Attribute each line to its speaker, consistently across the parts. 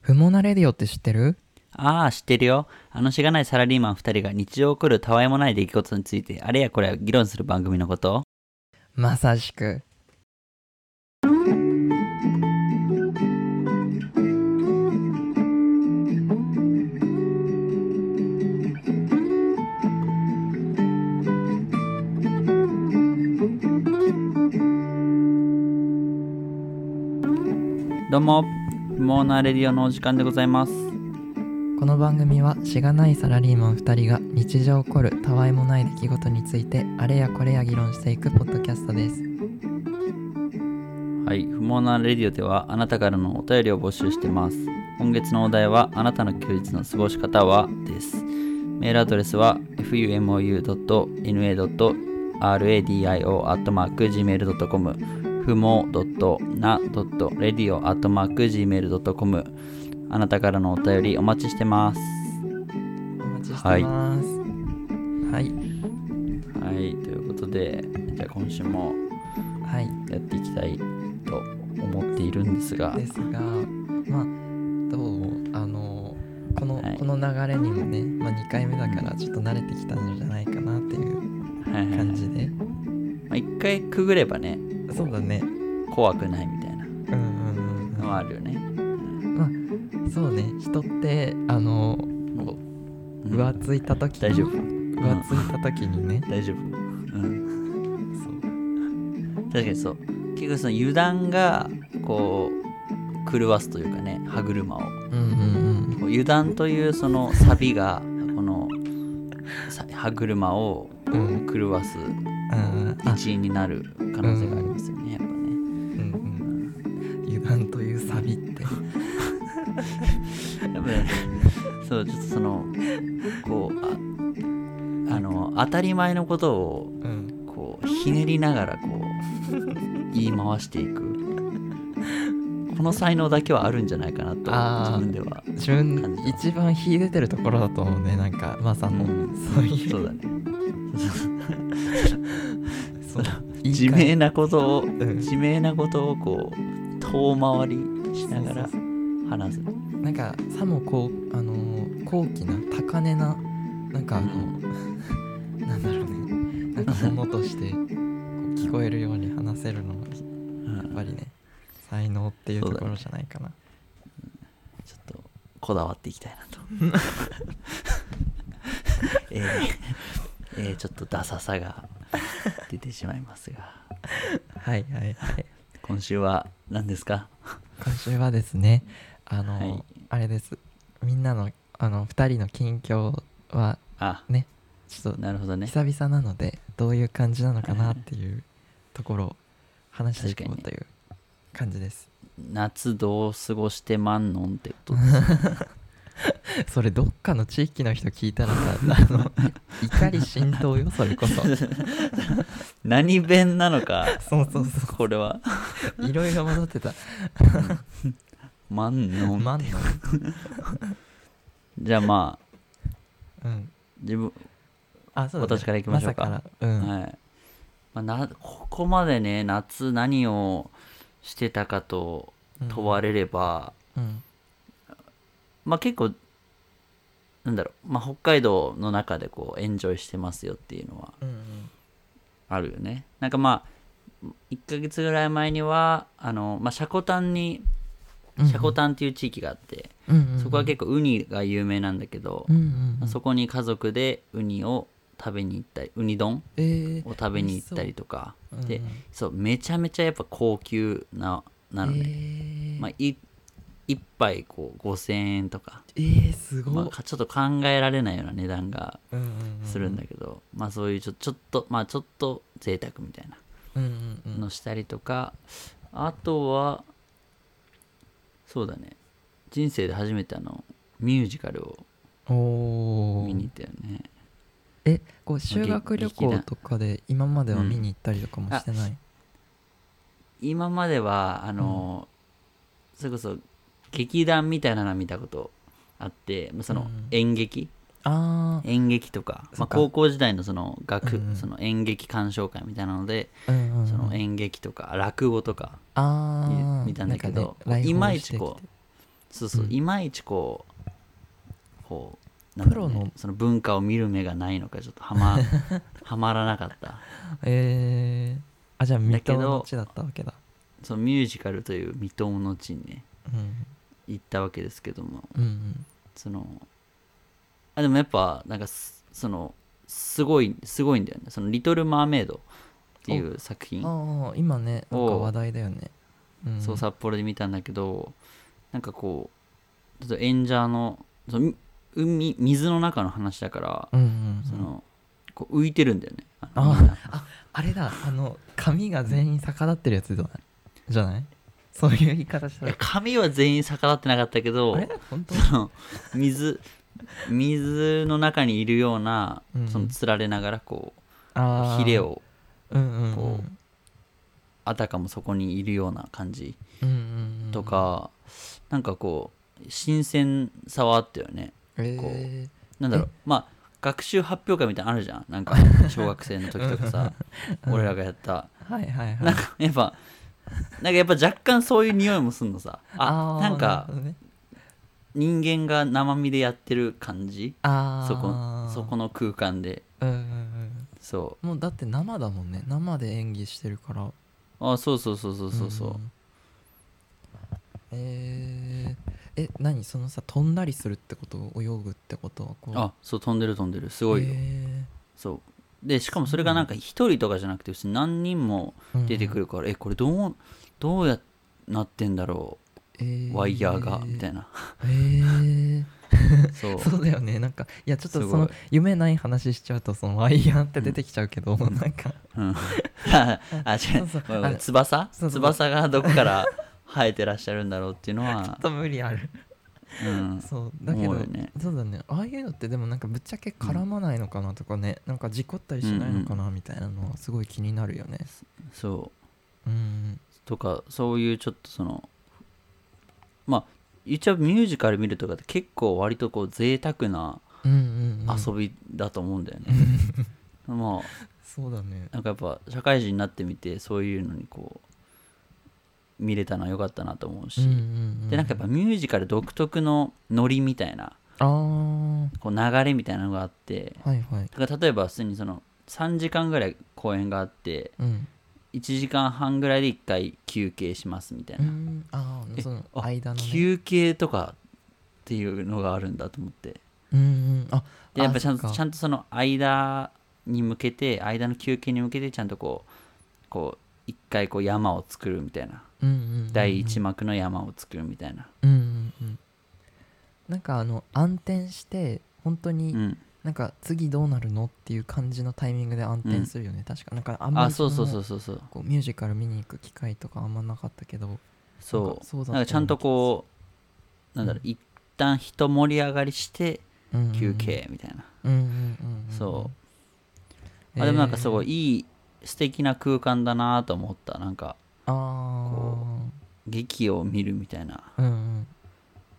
Speaker 1: 不毛なレディオって知ってる
Speaker 2: ああ、知ってるよ。あのしがないサラリーマン2人が日常起こるたわいもない出来事について、あれやこれや議論する番組のこと
Speaker 1: まさしく。
Speaker 2: どうも、不毛なレディオのお時間でございます。
Speaker 1: この番組はしがないサラリーマン2人が日常起こるたわいもない出来事についてあれやこれや議論していくポッドキャストです。
Speaker 2: はい、不毛なレディオではあなたからのお便りを募集してます。今月のお題は、あなたの休日の過ごし方はです。メールアドレスは、fumou.na.radio.gmail.com 不毛 .na.radio.gmail.com あなたからのお便りお待ちしてます。
Speaker 1: お待ちしてます。はい。
Speaker 2: はい、ということで、じゃあ今週も
Speaker 1: はい。
Speaker 2: やっていきたいと思っているんですが、
Speaker 1: ですが、まあ、どうあの、この、
Speaker 2: はい
Speaker 1: この流れにもね、まあ、2回目だからちょっと慣れてきたんじゃないかなっていう
Speaker 2: はいはいはい
Speaker 1: 感じで。
Speaker 2: まあ、一回くぐればね、
Speaker 1: そうだね。
Speaker 2: 怖くないみたいな
Speaker 1: うんうんうんうん
Speaker 2: の。はあるよね。
Speaker 1: そうね人ってあのこう
Speaker 2: うん
Speaker 1: 浮ついた時
Speaker 2: 大丈夫
Speaker 1: 浮ついた時にね、
Speaker 2: 大丈夫、うん、確かにそう結構その油断がこう狂わすというかね歯車をこ
Speaker 1: そううんうん
Speaker 2: う油断というそのサビがこのさ歯車を
Speaker 1: うんうん
Speaker 2: 狂わす
Speaker 1: あーあ
Speaker 2: 一因になる可能性がありますよねやっぱ
Speaker 1: う
Speaker 2: ね
Speaker 1: んうん油断というサビって
Speaker 2: やっぱねそうちょっとそのこうああの当たり前のことを
Speaker 1: うん
Speaker 2: こうひねりながらこう言い回していくこの才能だけはあるんじゃないかなと
Speaker 1: あー
Speaker 2: 自分では
Speaker 1: 自分
Speaker 2: 感じた
Speaker 1: 一番秀でてるところだと思うねなんかマサの、
Speaker 2: うん
Speaker 1: そういう
Speaker 2: そうだね
Speaker 1: そう言い換え
Speaker 2: 自明なことを
Speaker 1: ん
Speaker 2: 自明なことをこう遠回りしながら
Speaker 1: そうそ
Speaker 2: 話す
Speaker 1: なんかさもこうあのー高貴な高値ななんかあの、なんだろうねなんかものとしてこう聞こえるように話せるのもやっぱりね才能っていうところじゃないかな、
Speaker 2: ちょっとこだわっていきたいなと えーえーちょっとダサさが出てしまいますが
Speaker 1: はいはいはい
Speaker 2: 今週は何ですか
Speaker 1: 今週はですねあのー、
Speaker 2: はい
Speaker 1: あれですみんなのあの2人の近況は
Speaker 2: あ
Speaker 1: ねちょっと
Speaker 2: なるほどね
Speaker 1: 久々なのでどういう感じなのかなっていうところを話していこうと
Speaker 2: 確
Speaker 1: いう感じです
Speaker 2: 夏どう過ごしてまんのんってこと
Speaker 1: それどっかの地域の人聞いたら さあの怒り浸透よそれこそ
Speaker 2: 何弁なのか
Speaker 1: そうそうそ
Speaker 2: これは
Speaker 1: ういろいろ戻ってた
Speaker 2: まんのん
Speaker 1: 万能
Speaker 2: じゃあまあ
Speaker 1: うん
Speaker 2: 自分、
Speaker 1: あそうだ、ね、
Speaker 2: 私から行きましょうか
Speaker 1: マサからうん、
Speaker 2: はい、まあ、なここまでね夏何をしてたかと
Speaker 1: うん
Speaker 2: 問われれば、
Speaker 1: うん
Speaker 2: まあ結構なんだろう、まあ、北海道の中でこうエンジョイしてますよっていうのは
Speaker 1: うんうん
Speaker 2: あるよねなんかまあ1ヶ月ぐらい前にはあの、まあ、シャコタンに
Speaker 1: うん
Speaker 2: シャコタンっていう地域があって、
Speaker 1: うんうんうん
Speaker 2: そこは結構ウニが有名なんだけど、
Speaker 1: うんうんうん
Speaker 2: そこに家族でウニを食べに行ったりウニ丼
Speaker 1: えー
Speaker 2: を食べに行ったりとかで
Speaker 1: うんうん
Speaker 2: そうめちゃめちゃやっぱ高級ななので、
Speaker 1: えー
Speaker 2: まあ、い1杯こう5000円とか、
Speaker 1: えー、すごい、
Speaker 2: まあかちょっと考えられないような値段が
Speaker 1: うんうんうん
Speaker 2: するんだけど、まあそういうちょちょっとまあちょっと贅沢みたいな
Speaker 1: うんうんうん
Speaker 2: のしたりとか、あとはそうだね人生で初めてあのミュージカルを
Speaker 1: お
Speaker 2: 見に行
Speaker 1: ー
Speaker 2: ったよね
Speaker 1: えこう修学旅
Speaker 2: 劇
Speaker 1: 行
Speaker 2: 団
Speaker 1: とかで今までは見に行ったりとかもしてない、
Speaker 2: 今まではあの、それこそ劇団みたいなの見たことあってまあその
Speaker 1: うん
Speaker 2: 演劇、
Speaker 1: あ
Speaker 2: 演劇とか
Speaker 1: そっか
Speaker 2: まあ、高校時代のその学、
Speaker 1: うんうん
Speaker 2: その演劇鑑賞会みたいなので、
Speaker 1: あ、うんうんうん、
Speaker 2: その演劇とか落語とか
Speaker 1: あー
Speaker 2: 見たんだけど
Speaker 1: なんかね
Speaker 2: いまいちこ
Speaker 1: 来訪し
Speaker 2: う
Speaker 1: てきて
Speaker 2: そうそう、
Speaker 1: うん
Speaker 2: いまいちこうこう
Speaker 1: プロの
Speaker 2: なんだろうねその文化を見る目がないのかちょっと はまはまらなかった
Speaker 1: えー、あじゃあ
Speaker 2: だ
Speaker 1: 水
Speaker 2: け
Speaker 1: 戸
Speaker 2: ど
Speaker 1: の地だったわけだ
Speaker 2: そのミュージカルという未踏の地にね
Speaker 1: うん
Speaker 2: 行ったわけですけども
Speaker 1: うんうん
Speaker 2: そのあでもやっぱなんかすそのすごいすごいんだよねその「リトル・マーメイド」っていう作品
Speaker 1: ああ今ねなんか
Speaker 2: おう
Speaker 1: 話題だよね、うん、
Speaker 2: そう札幌で見たんだけどなんかこうちょっと演者のその海水の中の話だから、
Speaker 1: うんうん
Speaker 2: そ
Speaker 1: うん、
Speaker 2: のこう浮いてるんだよねあの
Speaker 1: あ
Speaker 2: みんな
Speaker 1: あれだあの髪が全員逆立ってるやつじゃないじゃないそういう言い方した
Speaker 2: い
Speaker 1: ら
Speaker 2: や髪は全員逆立ってなかったけど
Speaker 1: あれ本当
Speaker 2: その水水の中にいるような
Speaker 1: うん
Speaker 2: そのつられながらこう
Speaker 1: あー
Speaker 2: ヒレを
Speaker 1: うんうんうん
Speaker 2: こあたかもそこにいるような感じ
Speaker 1: うんうんうん
Speaker 2: とか、なんかこう新鮮さはあったよね
Speaker 1: え
Speaker 2: こ
Speaker 1: ー、
Speaker 2: なんだろうまあ学習発表会みたいなのあるじゃんな んか小学生の時とかさ俺らがやった
Speaker 1: はいはいは
Speaker 2: ないんかやっぱなんかやっぱ若干そういう匂いもすんのさあ
Speaker 1: ー
Speaker 2: なん
Speaker 1: る
Speaker 2: か
Speaker 1: ほどね
Speaker 2: 人間が生身でやってる感じ
Speaker 1: あ
Speaker 2: そこそこ
Speaker 1: の
Speaker 2: の空間で
Speaker 1: うんうんうん
Speaker 2: そ
Speaker 1: もうだって生だもんね生で演技してるから
Speaker 2: うあそうそうそうそうそうそう、
Speaker 1: んえー、え何そのさ飛んだりするってこと泳ぐってことはこう
Speaker 2: あそう飛んでる飛んでるすごいよ、
Speaker 1: え
Speaker 2: そうでしかもそれがなんか一人とかじゃなくて普通に何人も
Speaker 1: ーうん
Speaker 2: 出てくるから、えこれどうどうやなってんだろ
Speaker 1: えー
Speaker 2: うワイヤーが、みたいな
Speaker 1: えー
Speaker 2: そ う
Speaker 1: そうだよねなんかいやちょっと
Speaker 2: すごい
Speaker 1: その夢ない話しちゃうとそのワイヤーって出てきちゃうけど、なんか
Speaker 2: うん ああ違う
Speaker 1: そうそう
Speaker 2: ごめんごめ
Speaker 1: あ
Speaker 2: ん翼
Speaker 1: そうそう
Speaker 2: 翼がどこから生えてらっしゃるんだろうっていうのは
Speaker 1: ちょっと無理ある
Speaker 2: うん
Speaker 1: そうだけど
Speaker 2: 思うよね
Speaker 1: そうだねああいうのってでもなんかぶっちゃけ絡まないのかなとかね、なんか事故ったりしないのかなみたいなのはすごい気になるよね
Speaker 2: そう
Speaker 1: うん
Speaker 2: とかそういうちょっとそのまあ言っちゃうミュージカル見るとかって結構割とこう贅沢な
Speaker 1: うんうん、うん、
Speaker 2: 遊びだと思うんだよね、 まあ
Speaker 1: そうだね
Speaker 2: なんかやっぱ社会人になってみてそういうのにこう見れたのは良かったなと思うし、
Speaker 1: うんうんうん、
Speaker 2: でなんかやっぱミュージカル独特のノリみたいな
Speaker 1: あー
Speaker 2: こう流れみたいなのがあって
Speaker 1: はいはい
Speaker 2: だから例えば普通にその3時間ぐらい公演があって
Speaker 1: うん、
Speaker 2: 1時間半ぐらいで1回休憩しますみたいうな、
Speaker 1: ん、ああ
Speaker 2: え
Speaker 1: その
Speaker 2: あ
Speaker 1: 間の、ね、
Speaker 2: 休憩とかっていうのがあるんだと思って
Speaker 1: うんうんあ
Speaker 2: でやっぱちゃん
Speaker 1: あそ
Speaker 2: と
Speaker 1: っか
Speaker 2: ちゃんとその間に向けて間の休憩に向けてちゃんとこうこう一回こう山を作るみたいな
Speaker 1: うんうんうんうん
Speaker 2: 第一幕の山を作るみたいな、
Speaker 1: うんうんうんなんかあの暗転して本当
Speaker 2: う
Speaker 1: に
Speaker 2: ん、
Speaker 1: なんか次どうなるのっていう感じのタイミングで暗転するよね、確かなんかあんま
Speaker 2: あ
Speaker 1: り
Speaker 2: そうそう
Speaker 1: の
Speaker 2: そうそうそう
Speaker 1: こうミュージカル見に行く機会とかあんまなかったけどなん
Speaker 2: そ
Speaker 1: か
Speaker 2: う
Speaker 1: そうだったような
Speaker 2: なんかちゃんとこうなんだろう、一旦人盛り上がりして
Speaker 1: うんうんうん
Speaker 2: 休憩みたいな、
Speaker 1: うんうんうんうん
Speaker 2: そうあでもなんかすご
Speaker 1: い、
Speaker 2: いいい素敵な空間だなと思ったなんか
Speaker 1: えー、あ
Speaker 2: 劇を見るみたいな
Speaker 1: あうんうん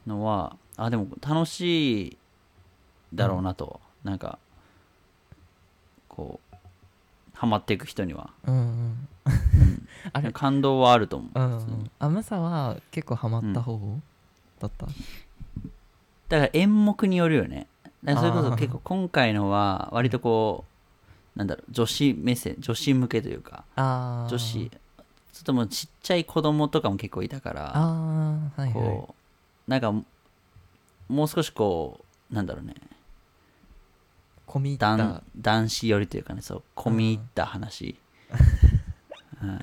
Speaker 2: のはあでも楽しいだろうなと、なんかこうハマっていく人には
Speaker 1: うんうんあれ
Speaker 2: 感動はあると思う、
Speaker 1: うんう
Speaker 2: 普通に
Speaker 1: んあむさは結構ハマった方だった、
Speaker 2: だから演目によるよねだからそれこ
Speaker 1: あ
Speaker 2: そ
Speaker 1: ー
Speaker 2: 結構今回のは割とこうなんだろう女子目線女子向けというか
Speaker 1: ああ
Speaker 2: 女子ちょっともうちっちゃい子供とかも結構いたから
Speaker 1: ああはいはい
Speaker 2: こうなんかもう少しこうなんだろうね
Speaker 1: 込み入った
Speaker 2: 男男子寄りというかねそう込み入った話、うん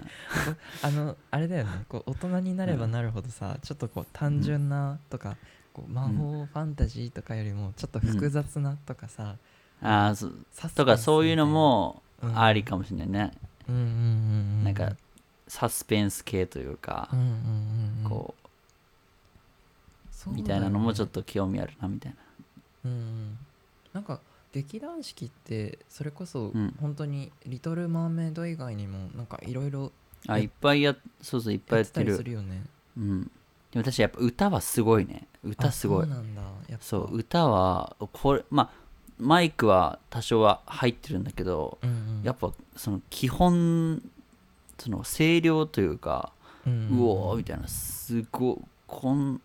Speaker 1: あのあれだよ ねこう大人になればなるほどさ、ちょっとこう単純なとか、こう魔法ファンタジーとかよりもちょっと複雑なとかさ、
Speaker 2: ああそう
Speaker 1: サスペンス
Speaker 2: とかそういうのも
Speaker 1: みたいな
Speaker 2: ありかもしれないね、
Speaker 1: うんうんうんうん
Speaker 2: なんかサスペンス系というか
Speaker 1: うん、うんうんうん
Speaker 2: こう
Speaker 1: そうだよね
Speaker 2: みたいなのもちょっと興味あるなみたいな
Speaker 1: うんうんなんか劇団四季ってそれこそ
Speaker 2: うん
Speaker 1: 本当に「リトル・マーメイド」以外にもなんかいろいろや
Speaker 2: あいっぱいやそうそういっぱ
Speaker 1: や
Speaker 2: いや
Speaker 1: っ
Speaker 2: って
Speaker 1: た
Speaker 2: て
Speaker 1: り
Speaker 2: る
Speaker 1: するよね
Speaker 2: うん、でも私やっぱ歌はすごいね歌
Speaker 1: あ
Speaker 2: すごい
Speaker 1: そうなんだやっぱ
Speaker 2: そう歌はこれまあマイクは多少は入ってるんだけど、
Speaker 1: うんうん
Speaker 2: やっぱその基本その声量というか、
Speaker 1: うん
Speaker 2: う
Speaker 1: うん
Speaker 2: おーみたいなすごいこん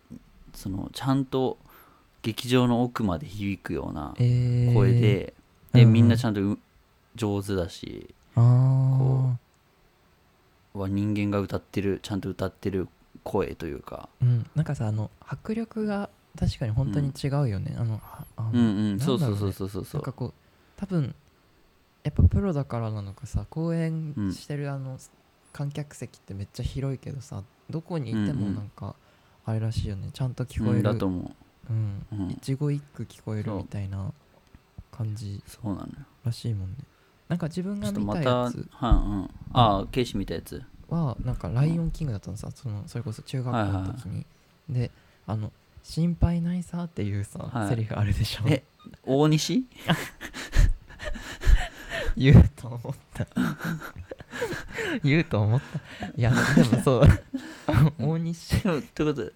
Speaker 2: そのちゃんと劇場の奥まで響くような
Speaker 1: えー、
Speaker 2: 声で、
Speaker 1: うんう
Speaker 2: で
Speaker 1: ん
Speaker 2: みんなちゃんとう上手だし
Speaker 1: あ
Speaker 2: こ
Speaker 1: あ
Speaker 2: は人間が歌ってるちゃんと歌ってる声というか
Speaker 1: うんなんかさあの迫力が確かに本当に違うよね、あのああの
Speaker 2: うんうん
Speaker 1: なんだ
Speaker 2: そ
Speaker 1: ろ
Speaker 2: う
Speaker 1: うね
Speaker 2: そうそうそうそうそ
Speaker 1: なん
Speaker 2: う
Speaker 1: かこう多分やっぱプロだからなのかさ公演
Speaker 2: うん
Speaker 1: してるあの、観客席ってめっちゃ広いけどさどこにいても
Speaker 2: うんうん
Speaker 1: なんかあれらしいよねちゃんと聞こ
Speaker 2: う
Speaker 1: える、う
Speaker 2: んだ
Speaker 1: ん
Speaker 2: と思う、うん、
Speaker 1: 一語一句聞こえる
Speaker 2: そう
Speaker 1: みたいな感じ
Speaker 2: そうなのよ
Speaker 1: らしいもんねなんか自分
Speaker 2: ちょ
Speaker 1: が
Speaker 2: っと
Speaker 1: 見
Speaker 2: ま
Speaker 1: た
Speaker 2: た
Speaker 1: や
Speaker 2: はい、う
Speaker 1: つ
Speaker 2: ん、ああケイシ見たやつ
Speaker 1: はなんか「ライオンキング」だったのさそのそれこそ中学校の時に、であの「心配ないさ」っていうさ、
Speaker 2: はい
Speaker 1: セリフあるでしょ
Speaker 2: え大西
Speaker 1: 言うと思った 言うと思ったいやでも そう大西
Speaker 2: でもということで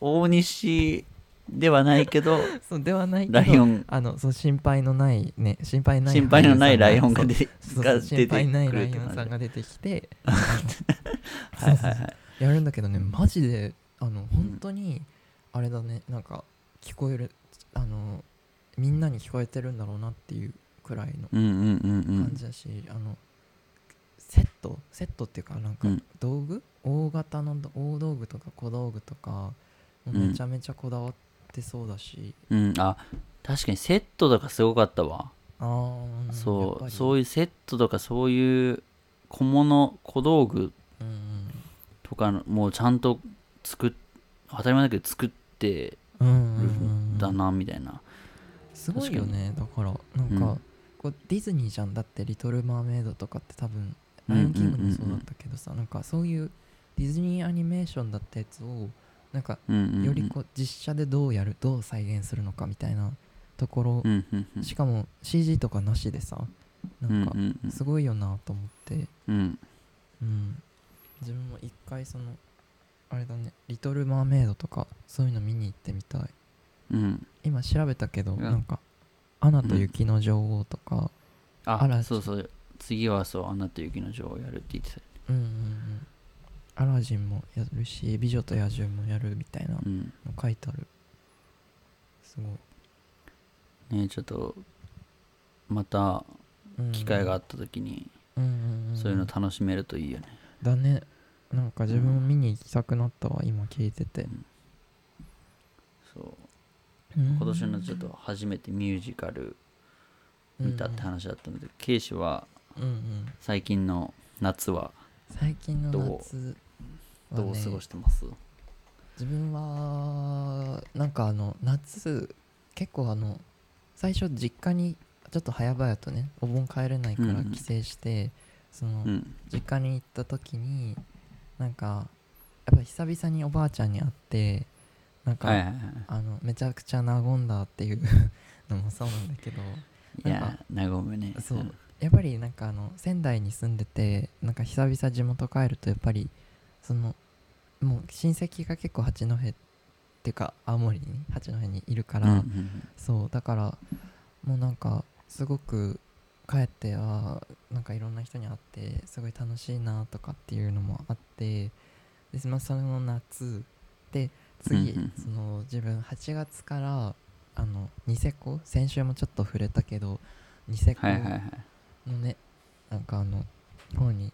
Speaker 2: 大西ではないけ ど
Speaker 1: そうではないけど
Speaker 2: ライオン
Speaker 1: あのそう心配のないね心配ない
Speaker 2: 心配のないライオンが
Speaker 1: 俳優
Speaker 2: 出て
Speaker 1: さんが
Speaker 2: が
Speaker 1: そうそう
Speaker 2: 出
Speaker 1: 心
Speaker 2: てくる
Speaker 1: 配ないラ
Speaker 2: っ
Speaker 1: イ
Speaker 2: て
Speaker 1: オン
Speaker 2: 感
Speaker 1: さん
Speaker 2: じ
Speaker 1: が出てきてあ
Speaker 2: は
Speaker 1: の
Speaker 2: い
Speaker 1: そうそ
Speaker 2: は
Speaker 1: う
Speaker 2: い
Speaker 1: そう
Speaker 2: はい
Speaker 1: やるんだけどねマジであの本当にあれだねなんか聞こえるあのみんなに聞こえてるんだろうなっていうくらいの
Speaker 2: うんうんうんう
Speaker 1: 感
Speaker 2: ん
Speaker 1: じだし、あのセットセットっていうかなんか
Speaker 2: うん
Speaker 1: 道具、大型のど大道具とか小道具とかもう
Speaker 2: うん
Speaker 1: めちゃめちゃこだわってそうだし、
Speaker 2: うんあ確かにセットとかすごかったわ
Speaker 1: あー
Speaker 2: そうそう
Speaker 1: いう、
Speaker 2: いうセットとかそういう小物小道具
Speaker 1: うんうん
Speaker 2: とかのもうちゃんと作っ当たり前だけど作って
Speaker 1: うん
Speaker 2: る
Speaker 1: うんうん
Speaker 2: んだなみたいな
Speaker 1: すごいよねだからなんか、
Speaker 2: うん
Speaker 1: こうディズニーじゃんだって「リトル・マーメイド」とかって多分「
Speaker 2: う
Speaker 1: ラ
Speaker 2: んうん
Speaker 1: イオ
Speaker 2: うんうん
Speaker 1: ンキング」もそうだったけどさ、なんかそういうディズニーアニメーションだったやつをなんか
Speaker 2: うんうんうん
Speaker 1: よりこう実写でどうやるどう再現するのかみたいなところ
Speaker 2: う、んうんうん
Speaker 1: しかも CG とかなしでさなんか
Speaker 2: うんうんうん
Speaker 1: すごいよなと思って、
Speaker 2: うん
Speaker 1: うん、自分も一回そのあれだね「リトル・マーメイド」とかそういうの見に行ってみたい
Speaker 2: うん
Speaker 1: 今調べたけど
Speaker 2: うん
Speaker 1: なんか「アナと雪の女王」とか、
Speaker 2: あ
Speaker 1: 嵐
Speaker 2: そうそう次はそう「アナと雪の女王」やるって言ってた
Speaker 1: うんうんうんアラジンもやるし「美女と野獣」もやるみたいなの
Speaker 2: うん
Speaker 1: 書いてあるすごい、
Speaker 2: ねちょっとまた
Speaker 1: うん
Speaker 2: 機会があった時に
Speaker 1: うんうんうん
Speaker 2: そういうの楽しめるといいよね
Speaker 1: だねなんか自分も見に行きたくなったわ今聞いてて
Speaker 2: そう
Speaker 1: 今
Speaker 2: 今年のちょっと初めてミュージカル見たって話だったんだけどケイシは
Speaker 1: うんうん
Speaker 2: 最近の夏は
Speaker 1: 最近の
Speaker 2: どう
Speaker 1: 夏は、ね、
Speaker 2: どう過ごしてます
Speaker 1: 自分はなんかあの夏結構あの最初実家にちょっと早々とねお盆帰れないか
Speaker 2: うんう
Speaker 1: ら
Speaker 2: ん
Speaker 1: 帰省して、その
Speaker 2: うん
Speaker 1: 実家に行った時になんかやっぱ久々におばあちゃんに会ってなんか、
Speaker 2: はいはいはい
Speaker 1: あのめちゃくちゃ和んだっていうのもそうなんだけど
Speaker 2: い
Speaker 1: なん
Speaker 2: やー、和むね。
Speaker 1: そうやっぱりなんかあの仙台に住んでてなんか久々地元帰るとやっぱりそのもう親戚が結構八戸っていうか青森に八戸にいるか
Speaker 2: うん
Speaker 1: ら、
Speaker 2: うんうん
Speaker 1: そうだからもうなんかすごく帰ってはなんかいろんな人に会ってすごい楽しいなとかっていうのもあってで、まあ、それの夏で次
Speaker 2: うんうんうん
Speaker 1: その自分8月からあのニセコ先週もちょっと触れたけどニセコ
Speaker 2: はいはいはい。
Speaker 1: のねなんかあの方に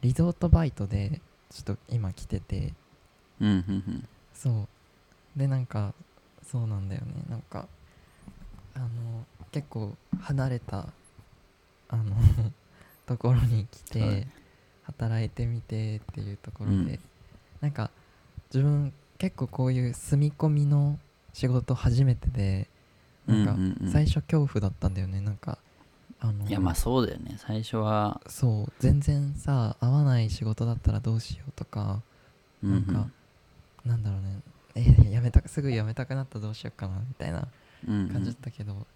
Speaker 1: リゾートバイトでちょっと今来てて
Speaker 2: うんうん
Speaker 1: そうでなんかそうなんだよねなんかあの結構離れたあの ところに来て、
Speaker 2: はい
Speaker 1: 働いてみてっていうところで、
Speaker 2: うん
Speaker 1: なんか自分結構こういう住み込みの仕事初めてで
Speaker 2: うん
Speaker 1: なんか
Speaker 2: うんうんうん
Speaker 1: 最初恐怖だったんだよねなんかあの
Speaker 2: いや、まあそうだよね。最初は、
Speaker 1: そう全然さ合わない仕事だったらどうしようとか
Speaker 2: うん
Speaker 1: なんかなんだろうねえやめたすぐ辞めたくなったらどうしようかなみたいな
Speaker 2: うん
Speaker 1: 感じだったけど、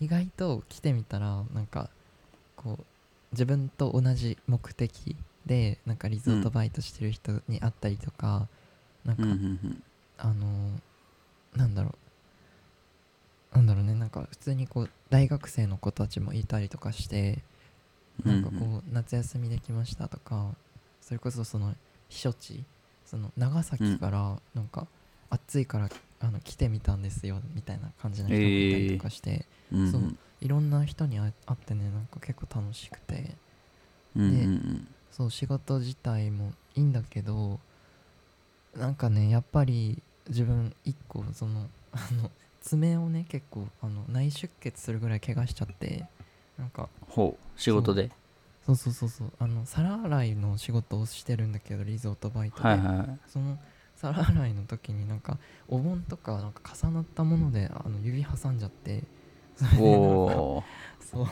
Speaker 1: 意外と来てみたらなんかこう自分と同じ目的でなんかリゾートバイトしてる人に会ったりとか、なん
Speaker 2: う
Speaker 1: か、
Speaker 2: んうんうん
Speaker 1: あのーなんだろうなんだろうねなんか普通にこう大学生の子たちもいたりとかして
Speaker 2: うん
Speaker 1: なんかこう夏休みできましたとかそれこそその避暑地その長崎からなんか暑いからあの来てみたんですよみたいな感じの人もいたりとかして、
Speaker 2: うんうん
Speaker 1: そういろんな人に会会ってねなんか結構楽しくて
Speaker 2: うんうん
Speaker 1: そう仕事自体もいいんだけどなんかねやっぱり自分一個そのあの爪をね結構あの内出血するぐらい怪我しちゃってなんか
Speaker 2: ほう仕事で
Speaker 1: そうそうそうそうあの皿洗いの仕事をしてるんだけどリゾートバイトで、
Speaker 2: はいは
Speaker 1: その皿洗いの時になんかお盆とかなんか重なったものであの指挟んじゃってそれ
Speaker 2: い
Speaker 1: で
Speaker 2: お
Speaker 1: なんか
Speaker 2: お
Speaker 1: そう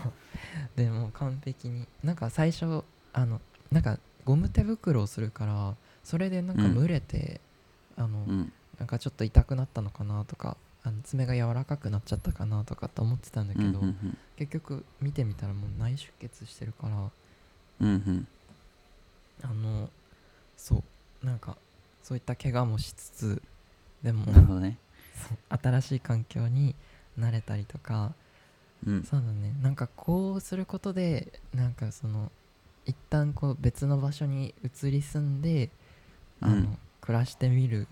Speaker 1: でもう完璧になんか最初あのなんかゴム手袋をするからそれでなんか
Speaker 2: うん
Speaker 1: 蒸れて、あの
Speaker 2: ーうん
Speaker 1: なんかちょっと痛くなったのかなとかあの爪が柔らかくなっちゃったかなとかと思ってたんだけ
Speaker 2: うんう
Speaker 1: ど、
Speaker 2: ん
Speaker 1: 結局見てみたらもう内出血してるから
Speaker 2: うんうん
Speaker 1: あのそうなんかそういった怪我もしつつでも
Speaker 2: うんなるほどね
Speaker 1: そう新しい環境に慣れたりとか
Speaker 2: うん
Speaker 1: そうだねなんかこうすることでなんかその一旦こう別の場所に移り住んであの、
Speaker 2: うん
Speaker 1: 暮らしてみる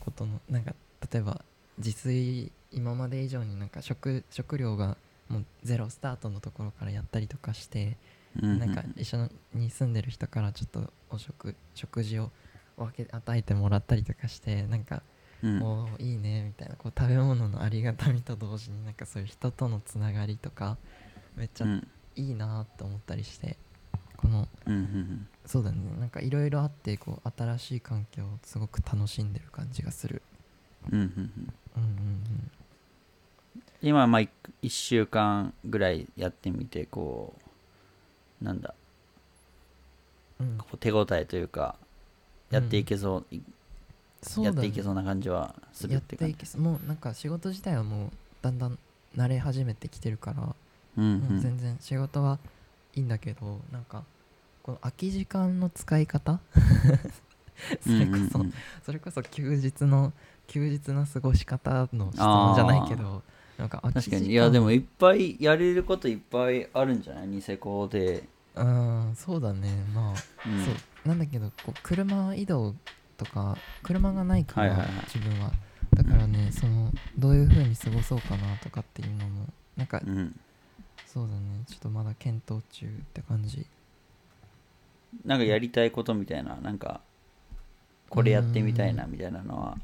Speaker 1: ことのなんか例えば自炊今まで以上になんか食食料がもうゼロスタートのところからやったりとかして、
Speaker 2: うん
Speaker 1: なんか一緒に住んでる人からちょっとお食食事を分け与えてもらったりとかしてなんか
Speaker 2: うん
Speaker 1: おーいいねみたいなこう食べ物のありがたみと同時になんかそういう人とのつながりとかめっちゃ
Speaker 2: うん
Speaker 1: いいなって思ったりしてこの
Speaker 2: うんうん
Speaker 1: そうだねなんかいろいろあってこう新しい環境をすごく楽しんでる感じがする
Speaker 2: うんうんうん
Speaker 1: うんうん
Speaker 2: 今まあ1週間ぐらいやってみてこうなんだ
Speaker 1: うんうん
Speaker 2: こう手応えというかやっていけそう、い
Speaker 1: そう
Speaker 2: や
Speaker 1: だ
Speaker 2: っ
Speaker 1: ね
Speaker 2: ていけそうな感じはする
Speaker 1: や
Speaker 2: っ
Speaker 1: ってて
Speaker 2: 感
Speaker 1: い
Speaker 2: じ
Speaker 1: けそうもうなんか仕事自体はもうだんだん慣れ始めてきてるから
Speaker 2: うんう
Speaker 1: もうん全然仕事はいいんだけどなんかこの空き時間の使い方それこ
Speaker 2: う
Speaker 1: そ
Speaker 2: んうん
Speaker 1: それこそ休日の休日の過ごし方の質問じゃないけどなんか空き
Speaker 2: 確
Speaker 1: 時
Speaker 2: か
Speaker 1: 間
Speaker 2: にいやでもいっぱいやれることいっぱいあるんじゃないニセコで、
Speaker 1: うんそうだねまあ、
Speaker 2: うん
Speaker 1: そうなんだけどこう車移動とか車がないから、
Speaker 2: はいはいはい
Speaker 1: 自分はだからねそのどういう風に過ごそうかなとかっていうのもなんか、
Speaker 2: うん
Speaker 1: そうだねちょっとまだ検討中って感じ
Speaker 2: なんかやりたいことみたいななんかこれやってみたいなみたいなのは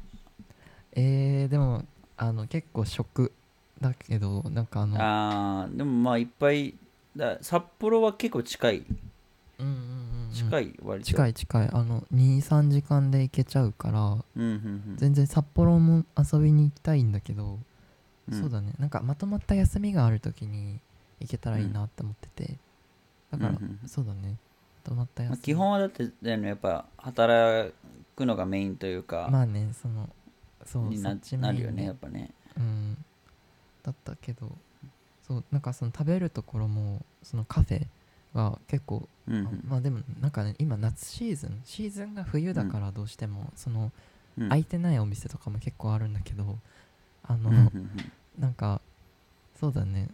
Speaker 1: えー、でもあの結構食だけどなんかあの
Speaker 2: あーでもまあいっぱいだ札幌は結構近い
Speaker 1: うんうんうんうん
Speaker 2: 近い割と
Speaker 1: 近
Speaker 2: い
Speaker 1: い近いあの23時間で行けちゃうから
Speaker 2: うんうん
Speaker 1: 全然札幌も遊びに行きたいんだけど、
Speaker 2: うん
Speaker 1: そうだねなんかまとまった休みがある時に行けたらいいなって思ってて、だから、
Speaker 2: うんうんうん
Speaker 1: そうだねまとまった休
Speaker 2: ま
Speaker 1: み、
Speaker 2: あ基本はだってあのやっぱ働くのがメインというか、
Speaker 1: まあねそのそう
Speaker 2: に
Speaker 1: そ
Speaker 2: な
Speaker 1: っち
Speaker 2: な
Speaker 1: メイン
Speaker 2: るよね
Speaker 1: で
Speaker 2: やっぱね
Speaker 1: うんだったけどそうなんかその食べるところもそのカフェが結構、
Speaker 2: うんう
Speaker 1: あ
Speaker 2: ん
Speaker 1: まあでもなんかね今夏シーズンシーズンが冬だからどうしても、その
Speaker 2: うん
Speaker 1: 空いてないお店とかも結構あるんだけどあ
Speaker 2: う
Speaker 1: の、
Speaker 2: んうんうん
Speaker 1: なんかそうだね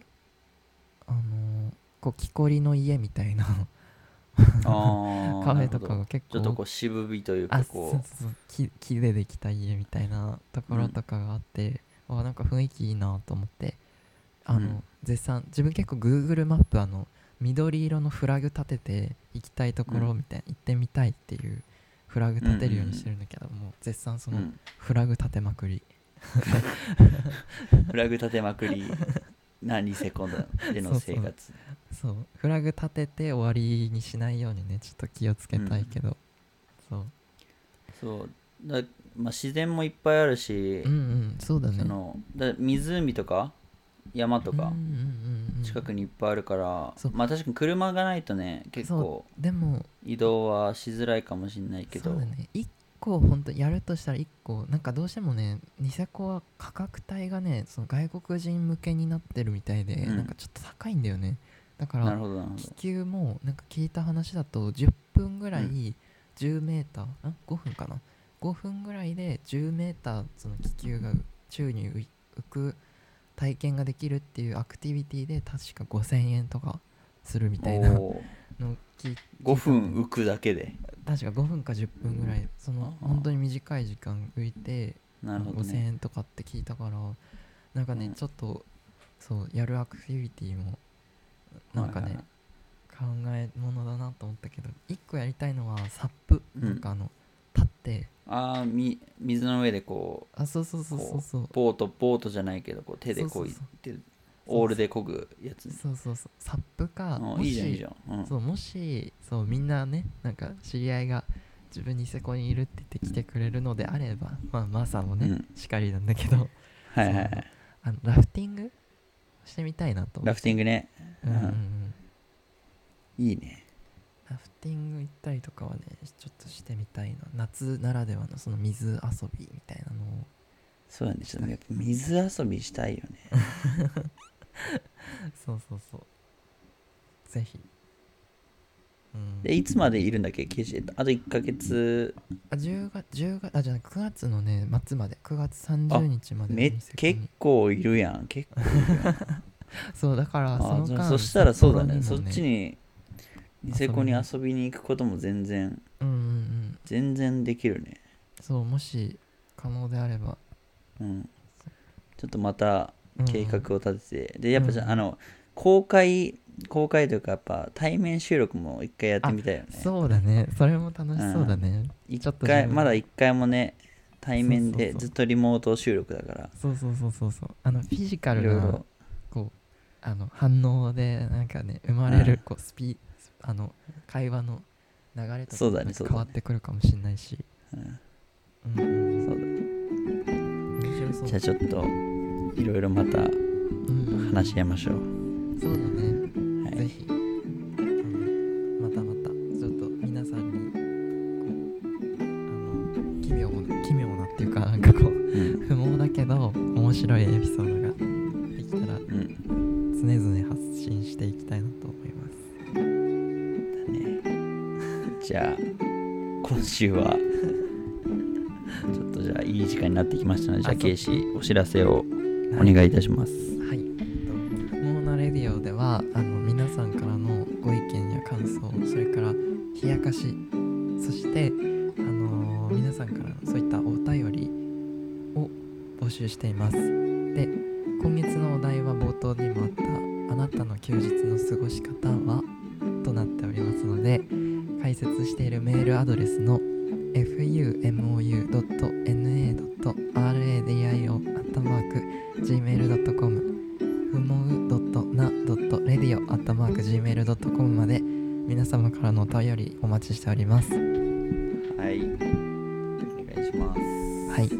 Speaker 1: あのーこう木こりの家みたいな
Speaker 2: あ ー
Speaker 1: カフェとか
Speaker 2: なるほ
Speaker 1: が結構
Speaker 2: どちょっとこう渋みという
Speaker 1: あ
Speaker 2: か
Speaker 1: そう
Speaker 2: こ
Speaker 1: そうう木木でできた家みたいなところとかがあって、あなんか雰囲気いいなと思ってあの、
Speaker 2: うん
Speaker 1: 絶賛自分結構 Google マップあの緑色のフラグ立てて行きたいところみたいな、行ってみたいっていうフラグ立てるようにしてるんだけど、もう絶賛その
Speaker 2: うん
Speaker 1: フラグ立てまくり、
Speaker 2: フラグ立てまく りな2セコンドでの生活
Speaker 1: そうフラグ立てて終わりにしないようにねちょっと気をつけたいけど、そう
Speaker 2: そうだ、まあ、自然もいっぱいあるし、
Speaker 1: うんうんそうだね
Speaker 2: そのだ湖とか山と
Speaker 1: うん
Speaker 2: か
Speaker 1: うんうんうん
Speaker 2: 近くにいっぱいあるから、
Speaker 1: そう
Speaker 2: まあ確かに車がないとね結構
Speaker 1: でも
Speaker 2: 移動はしづらいかもしれないけ
Speaker 1: そ
Speaker 2: ど
Speaker 1: うだね1個本当やるとしたら1個なんかどうしてもねニセコは価格帯がねその外国人向けになってるみたいで、
Speaker 2: うん
Speaker 1: なんかちょっと高いんだよねだか
Speaker 2: なる
Speaker 1: ら
Speaker 2: ほどなるほど
Speaker 1: 気球もなんか聞いた話だと10分ぐらい
Speaker 2: うん
Speaker 1: 10メーター、あ5分かな5分ぐらいで10メーターその気球が宙に浮い浮く体験ができるっていうアクティビティで確か5000円とかするみたいなのを
Speaker 2: おー
Speaker 1: 聞い
Speaker 2: 5分浮くだけで
Speaker 1: 確か5分か10分ぐらいその
Speaker 2: あー
Speaker 1: 本当に短い時間浮いて
Speaker 2: なるほど
Speaker 1: 5000
Speaker 2: ね
Speaker 1: 円とかって聞いたからなんかね、
Speaker 2: うん
Speaker 1: ちょっとそうやるアクティビティもなんかね、
Speaker 2: はいはい
Speaker 1: 考えものだなと思ったけど1個やりたいのはサップ
Speaker 2: うん
Speaker 1: とかあの、立って
Speaker 2: ああみ水の上でこ
Speaker 1: あそうそうそうそうそう
Speaker 2: うボートボートじゃないけどこう手で
Speaker 1: そ
Speaker 2: こ
Speaker 1: う
Speaker 2: い
Speaker 1: そうそう
Speaker 2: てオールで漕ぐやつね
Speaker 1: そうそうそうサップか
Speaker 2: あ
Speaker 1: も
Speaker 2: ー
Speaker 1: し
Speaker 2: いいじゃんいいじゃん、うん、
Speaker 1: そうもしそうみんなねなんか知り合いが自分にせこにいるって言って来てくれるのであればまあマサもね、
Speaker 2: うん
Speaker 1: しかりなんだけど
Speaker 2: はいはいはい
Speaker 1: あのラフティングしてみたいなと思
Speaker 2: ラ
Speaker 1: っ
Speaker 2: フティングね
Speaker 1: て、うんうんうん、
Speaker 2: いいね
Speaker 1: ラフティング行ったりとかはねちょっとしてみたいな夏ならではのその水遊びみたいなのを
Speaker 2: そうなんですよねやっぱ水遊びしたいよね
Speaker 1: そうそうそうぜひうん
Speaker 2: でいつまでいるんだっけ決してあと1ヶ月
Speaker 1: あ10月10月あじゃあ9月のね末まで9月30日まで
Speaker 2: め
Speaker 1: ニセコに
Speaker 2: 結構いるやん結構
Speaker 1: そうだからその
Speaker 2: あ
Speaker 1: 間
Speaker 2: そしたらそうだね
Speaker 1: 札
Speaker 2: そ
Speaker 1: 幌
Speaker 2: っ
Speaker 1: にも
Speaker 2: ちにニセコに遊びに行くことも全然
Speaker 1: うんうんうん
Speaker 2: 全然できるね
Speaker 1: そうもし可能であれば、
Speaker 2: うんちょっとまた
Speaker 1: うんうん
Speaker 2: 計画を立てて、でやっぱじゃあ,、
Speaker 1: うん
Speaker 2: あの公開公開というかやっぱ対面収録も一回やってみたいよね
Speaker 1: そうだねそれも楽しそうだね、ちょ
Speaker 2: 一
Speaker 1: っとね
Speaker 2: 回まだ一回もね対面
Speaker 1: そう
Speaker 2: で
Speaker 1: そうそう
Speaker 2: ずっとリモート収録だか
Speaker 1: そうそうそうそうそうあのフィジカ
Speaker 2: らい
Speaker 1: ル
Speaker 2: ろい
Speaker 1: な
Speaker 2: ろ
Speaker 1: こうあの反応でなんかね生まれ
Speaker 2: うん
Speaker 1: るこうスピあの会話の流れと
Speaker 2: そうだ
Speaker 1: か
Speaker 2: ね
Speaker 1: なん
Speaker 2: そ
Speaker 1: か
Speaker 2: う
Speaker 1: 変
Speaker 2: だね
Speaker 1: わってくるかもしれないし
Speaker 2: うん
Speaker 1: うんうん
Speaker 2: そうだね
Speaker 1: 面白そう
Speaker 2: じゃあちょっといろいろまた
Speaker 1: うん
Speaker 2: 話し合いましょう、
Speaker 1: そうだね
Speaker 2: はい
Speaker 1: ぜひ、あのまたまたちょっと皆さんにこうあの奇妙な奇妙なっていうかなんかこう
Speaker 2: うん
Speaker 1: 不毛だけど面白いエピソードができたら常
Speaker 2: うん
Speaker 1: 々発信していきたいなと思います
Speaker 2: だねじゃあ今週はちょっとじゃあいい時間になってきましたのでじゃ
Speaker 1: あ
Speaker 2: あ
Speaker 1: そう
Speaker 2: ケイシーお知らせをお願いいたします
Speaker 1: はい、えっと、モーナレディオではあの皆さんからのご意見や感想それから冷やかしそして、あのー皆さんからのそういったお便りを募集していますで今月のお題は冒頭にもあった「あなたの休日の過ごし方は?」となっておりますので解説しているメールアドレスの fumou.na.radio gmail.com ふもう .na.radio.gmail.com まで皆様からのお便りお待ちしております
Speaker 2: はいお願いします
Speaker 1: はいて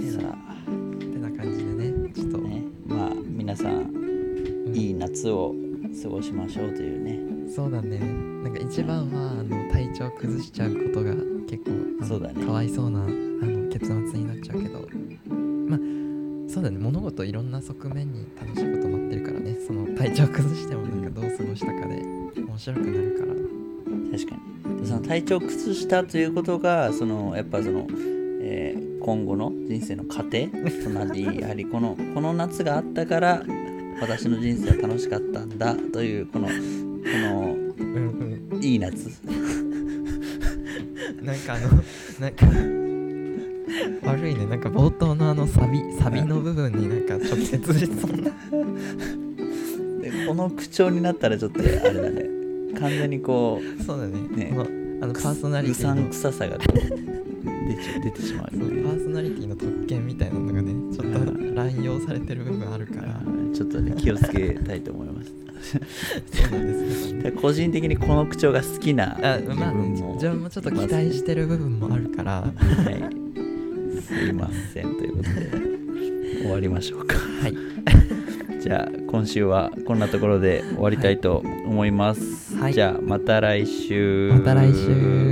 Speaker 2: でさ
Speaker 1: な感じでねちょっと、
Speaker 2: あねまあ皆さん
Speaker 1: うん
Speaker 2: いい夏を過ごしましょうというね
Speaker 1: そうだねなんか一番はあの体調崩しちゃうことが結構あの
Speaker 2: そうだね
Speaker 1: かわいそうなあの結末になっちゃうけどまあそうだね物事いろんな側面に楽しいこと待ってるからねその体調崩してもなんかどう過ごしたかで面白くなるから
Speaker 2: 確かにでその体調を崩したということがそのやっぱその、えー今後の人生の糧となりやはりこのこの夏があったから私の人生は楽しかったんだというこのこの
Speaker 1: うんうん
Speaker 2: いい夏
Speaker 1: なんかあの なんか悪いねなんか冒頭のあのサビサビの部分になんか直接そんな
Speaker 2: でこの口調になったらちょっとあれだね完全にこう
Speaker 1: そうだね
Speaker 2: ね
Speaker 1: このあのパーソナリ
Speaker 2: う
Speaker 1: テ
Speaker 2: さ
Speaker 1: ィ
Speaker 2: ん
Speaker 1: の
Speaker 2: くささがこう出ちゃ出てしまう
Speaker 1: そ
Speaker 2: よ
Speaker 1: うパ
Speaker 2: ね
Speaker 1: ーソナリティの特権みたいなのがねちょっ
Speaker 2: う
Speaker 1: と乱用されてる部分あるから
Speaker 2: うんちょっとね気をつけたいと思います
Speaker 1: そうなんですけどね
Speaker 2: で個人的にこの口調が好きな
Speaker 1: あ
Speaker 2: 自
Speaker 1: まあね
Speaker 2: 分も
Speaker 1: 自分もちょっと期待してる部分もあるから
Speaker 2: はい、すいませんということで終わりましょうか
Speaker 1: はい
Speaker 2: じゃあ今週はこんなところで終わりたいと思います、
Speaker 1: はい
Speaker 2: じゃあまた来週
Speaker 1: また来週